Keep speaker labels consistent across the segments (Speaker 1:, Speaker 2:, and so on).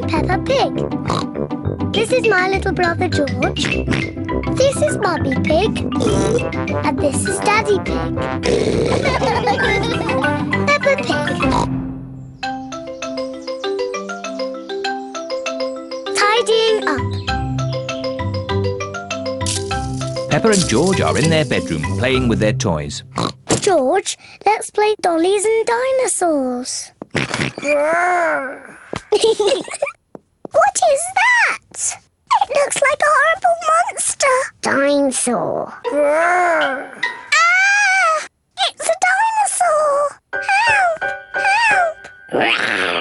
Speaker 1: Pig. This is my little brother George. This is Mummy Pig. And this is Daddy Pig. Peppa Pig. Tidying up.
Speaker 2: Pepper and George are in their bedroom playing with their toys.
Speaker 1: George, let's play dollies and dinosaurs. what is that? It looks like a horrible monster. Dinosaur. ah! It's a dinosaur! Help! Help!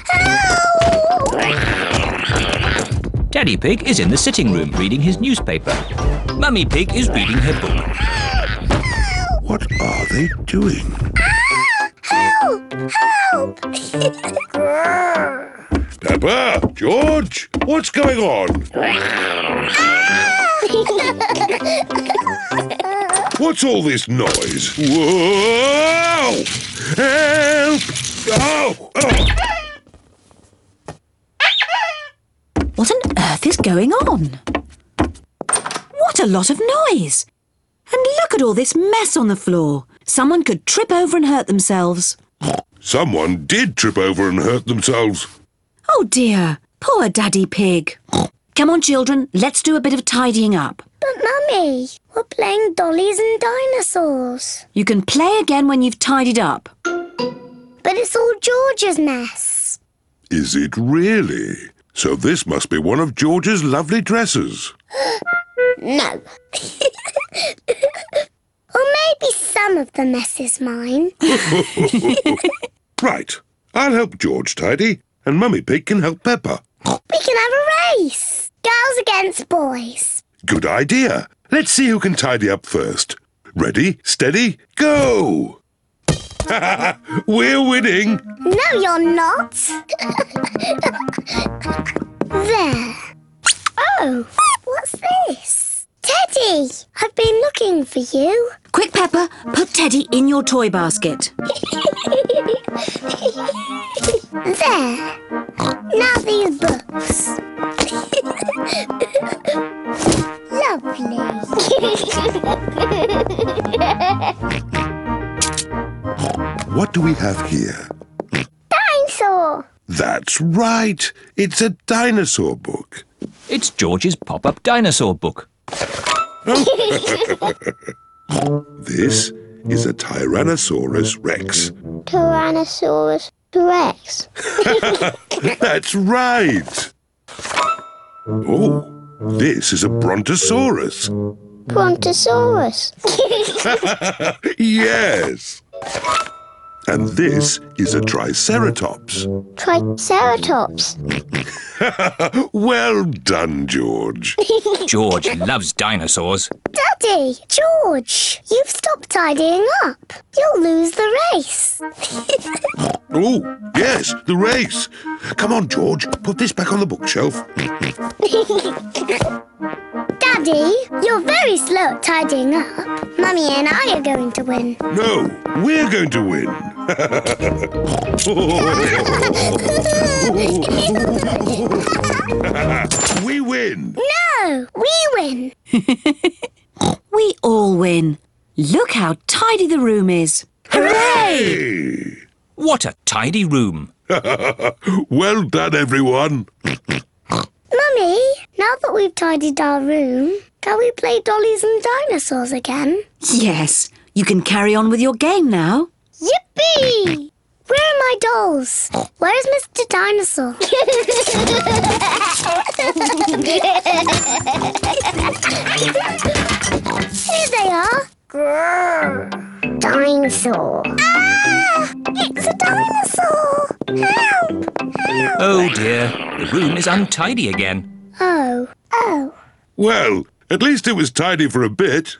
Speaker 1: help! Help!
Speaker 2: Daddy Pig is in the sitting room reading his newspaper. Mummy Pig is reading her book.
Speaker 3: What are they doing?
Speaker 1: Help! Help!
Speaker 3: Peppa! George! What's going on?
Speaker 1: Ah,
Speaker 3: What's all this noise? Whoa! Help! Oh! oh.
Speaker 4: What on earth is going on? What a lot of noise! And look at all this mess on the floor. Someone could trip over and hurt themselves.
Speaker 3: Someone did trip over and hurt themselves.
Speaker 4: Oh dear, poor Daddy Pig. Come on, children, let's do a bit of tidying up.
Speaker 1: But Mummy, we're playing dollies and dinosaurs.
Speaker 4: You can play again when you've tidied up.
Speaker 1: But it's all George's mess.
Speaker 3: Is it really? So this must be one of George's lovely dresses.
Speaker 1: No. or maybe some of the mess is mine.
Speaker 3: Right. I'll help George tidy, and Mummy Pig can help Peppa.
Speaker 1: We can have a race. Girls against boys.
Speaker 3: Good idea. Let's see who can tidy up first. Ready, steady, go! We're winning!
Speaker 1: No, you're not. there. Oh, what's this? Teddy, I've been looking for you.
Speaker 4: Quick, Pepper, put Teddy in your toy basket.
Speaker 1: there. Now these books. Lovely.
Speaker 3: What do we have here?
Speaker 1: Dinosaur.
Speaker 3: That's right! It's a dinosaur book.
Speaker 2: It's George's pop up dinosaur book.
Speaker 3: This is a Tyrannosaurus Rex.
Speaker 1: Tyrannosaurus Rex.
Speaker 3: That's right! Oh, this is a Brontosaurus.
Speaker 1: Brontosaurus.
Speaker 3: Yes! And this is a Triceratops.
Speaker 1: Triceratops.
Speaker 3: Well done, George.
Speaker 2: George loves dinosaurs.
Speaker 1: Daddy, George, you've stopped tidying up. You'll lose the race.
Speaker 3: Oh, yes, the race. Come on, George, put this back on the bookshelf.
Speaker 1: Daddy, you're very slow at tidying up. Mummy and I are going to win.
Speaker 3: No, we're going to Oh. win. we win.
Speaker 1: no, we win.
Speaker 4: We all win. Look how tidy the room is.
Speaker 3: Hey.
Speaker 2: What a tidy room.
Speaker 3: Well done, everyone.
Speaker 1: Mummy, now that we've tidied our room, can we play dollies and dinosaurs again?
Speaker 4: Yes, you can carry on with your game now.
Speaker 1: Yippee! Where are my dolls? Where is Mr. Dinosaur? Here they are. Dinosaur. Ah! It's a dinosaur! Help! Help!
Speaker 2: Oh dear, the room is untidy again.
Speaker 1: Oh. Oh.
Speaker 3: Well, at least it was tidy for a bit.